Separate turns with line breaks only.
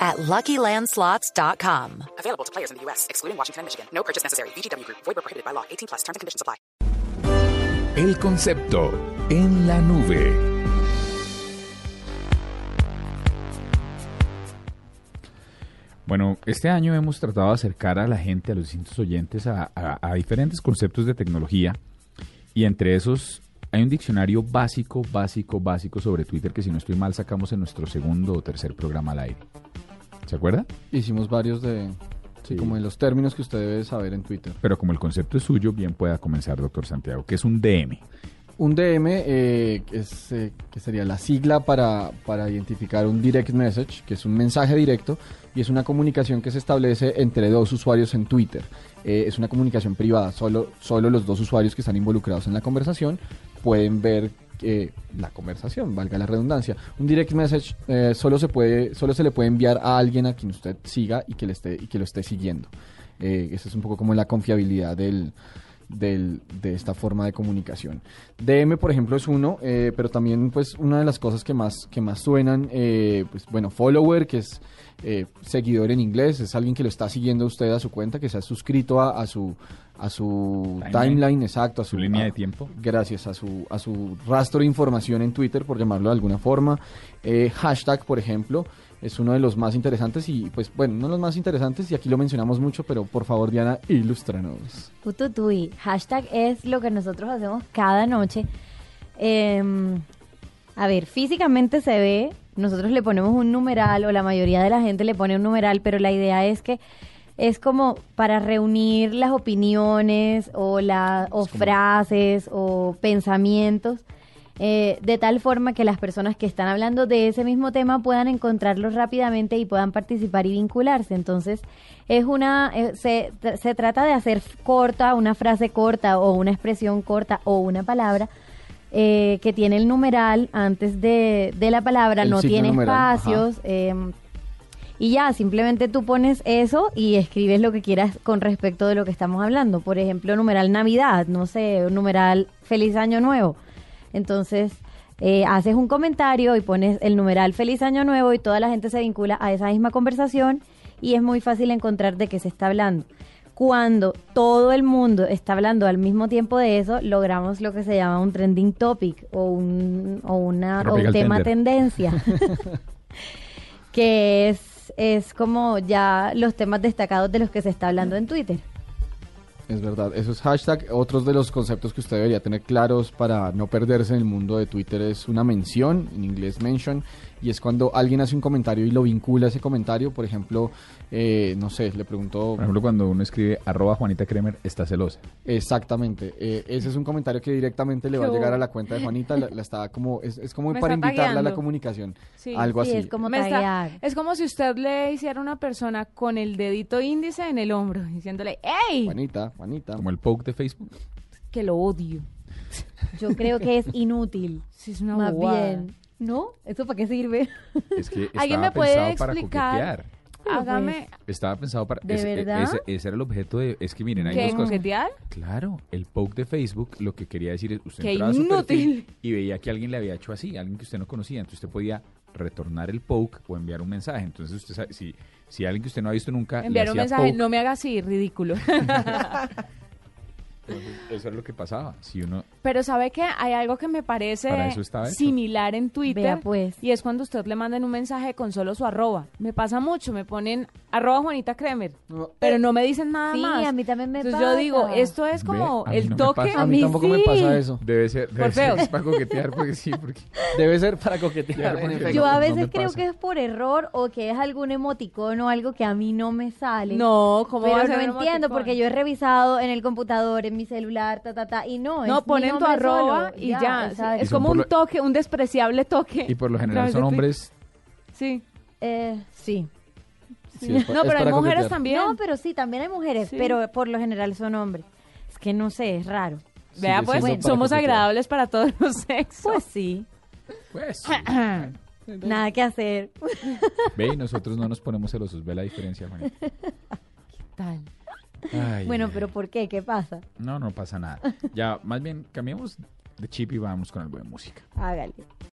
at LuckyLandSlots.com.
Available to players in the U.S., excluding Washington and Michigan. No purchase necessary. VGW Group. Void where prohibited by law. 18 plus. Terms and conditions apply.
El concepto en la nube.
Bueno, este año hemos tratado de acercar a la gente, a los distintos oyentes, a, a- a diferentes conceptos de tecnología. Y entre esos hay un diccionario básico, básico, básico sobre Twitter que si no estoy mal sacamos en nuestro segundo o tercer programa al aire. ¿Se acuerda?
Hicimos varios de. Sí,
Sí.
como de los términos que usted debe saber en Twitter.
Pero como el concepto es suyo, bien pueda comenzar, doctor Santiago, que es un DM.
Un DM eh, es, eh, que sería la sigla para, para identificar un direct message, que es un mensaje directo y es una comunicación que se establece entre dos usuarios en Twitter. Eh, es una comunicación privada, solo, solo los dos usuarios que están involucrados en la conversación pueden ver eh, la conversación, valga la redundancia. Un direct message eh, solo, se puede, solo se le puede enviar a alguien a quien usted siga y que, le esté, y que lo esté siguiendo. Eh, esa es un poco como la confiabilidad del, del- de esta forma de comunicación. DM, por ejemplo, es uno, eh, pero también, pues, una de las cosas que más, que más suenan, eh, pues, bueno, follower, que es eh, seguidor en inglés, es alguien que lo está siguiendo a usted a su cuenta, que se ha suscrito a, a su a su
Timeline.
timeline, exacto, a
Su línea
a-
de tiempo.
Gracias a su, a su rastro de información en Twitter, por llamarlo de alguna forma. Eh, hashtag, por ejemplo, es uno de los más interesantes y, pues, bueno, uno de los más interesantes y aquí lo mencionamos mucho, pero por favor, Diana, ilústranos.
Tututui. Hashtag es lo que nosotros hacemos cada noche. Em, a ver, físicamente se ve, nosotros le ponemos un numeral o la mayoría de la gente le pone un numeral, pero la idea es que es como para reunir las opiniones o, la, o frases o pensamientos. eh, de tal forma que las personas que están hablando de ese mismo tema puedan encontrarlo rápidamente y puedan participar y vincularse. Entonces, es una eh, se, tr- se trata de hacer f- corta una frase corta o una expresión corta o una palabra eh, que tiene el numeral antes de, de la palabra,
El
no
signo
tiene
numeral, ajá.
espacios. em, y ya, simplemente tú pones eso y escribes lo que quieras con respecto de lo que estamos hablando. Por ejemplo, numeral Navidad, no sé, numeral Feliz Año Nuevo. Entonces, eh, haces un comentario y pones el numeral Feliz Año Nuevo y toda la gente se vincula a esa misma conversación y es muy fácil encontrar de qué se está hablando. Cuando todo el mundo está hablando al mismo tiempo de eso, logramos lo que se llama un trending topic o un, o una, o
Tropical
un tema
tender.
tendencia. que es, es como ya los temas destacados de los que se está hablando en Twitter.
Es verdad, eso es hashtag. Otros de los conceptos que usted debería tener claros para no perderse en el mundo de Twitter es una mención, en inglés mention, y es cuando alguien hace un comentario y lo vincula a ese comentario. Por ejemplo, eh, no sé, le preguntó
Por ejemplo, cuando uno escribe arroba Juanita Kremer, está celosa.
exactamente. eh, ese es un comentario que directamente le va a
Yo.
llegar a la cuenta de Juanita. La, la está como, es, es como
Me
para
está
invitarla a la
tagueando.
comunicación.
Sí.
algo
Sí,
así.
es como
Me está-
taguear.
es como si usted le hiciera a una persona con el dedito índice en el hombro, diciéndole, ¡Ey!
Juanita, Juanita.
Como el poke de Facebook.
Que lo odio.
Yo creo que es inútil.
Sí, es una
más
bobada.
bien. ¿No? ¿Eso para qué sirve?
Es que estaba
¿Alguien me puede
pensado para
explicar?
coquetear.
Pues,
Hágame.
Estaba pensado para...
¿De
ese, e-
verdad?
Ese, ese era el objeto de... Es que miren, hay
¿Qué
dos cosas. Ah,
coquetear?
Claro, el poke de Facebook lo que quería decir es usted
¡Qué
entraba a su
inútil!
perfil y veía que alguien le había hecho así, alguien que usted no conocía, entonces usted podía retornar el poke o enviar un mensaje. Entonces usted sabe, si, si alguien que usted no ha visto nunca
Enviar
le
un
hacía
mensaje,
poke,
no me haga así, ridículo.
entonces eso es lo que pasaba. Si uno
Pero ¿sabe que Hay algo que me
Para
parece
eso estaba hecho.
similar en Twitter.
Vea, pues.
Y es cuando usted le mandan un mensaje con solo su arroba. Me pasa mucho, me ponen arroba Juanita Kremer.
No.
Pero no me dicen nada
Sí,
más.
a mí también me
Entonces yo
pasa.
digo, esto es como
Ve, a mí
el
no me
toque.
pasa.
a mí, tampoco me
sí.
pasa eso.
debe ser, debe
Por
ser
feos.
para coquetear, porque sí, porque
Debe ser para coquetear. en
porque
efecto.
Yo
pues, no
a
me
veces creo
pasa.
que es por error o que es algún emoticono o algo que a mí no me sale.
No, ¿cómo va a
Pero
ser
no
un
entiendo
emoticón?
porque yo he revisado en el computador, en mi celular, ta, ta, ta, y no. es
No,
mi
ponen tu
nombre
arroba
solo,
y ya.
exacto.
Y
Es
son
como
por
un
lo-
toque, un despreciable toque.
y por lo
a
general
través
son
de Twitter.
hombres
Sí.
Eh, sí.
Sí, es pa-
no,
es
pero hay
para
mujeres
coquetear.
también.
No, pero sí, también hay mujeres,
Sí.
pero por lo general son hombres. Es que no sé, es raro.
Vea,
Sigue
pues,
siendo para
somos
coquetear.
agradables para todos los sexos.
Pues sí,
Pues,
nada que hacer.
ve, y nosotros no nos ponemos celosos, ve la diferencia, Juanita.
Tal.
Ay,
Bueno,
ay.
pero ¿por qué? ¿Qué pasa?
No, no pasa nada. Ya, más bien, cambiemos de chip y vamos con algo de música.
Hágale.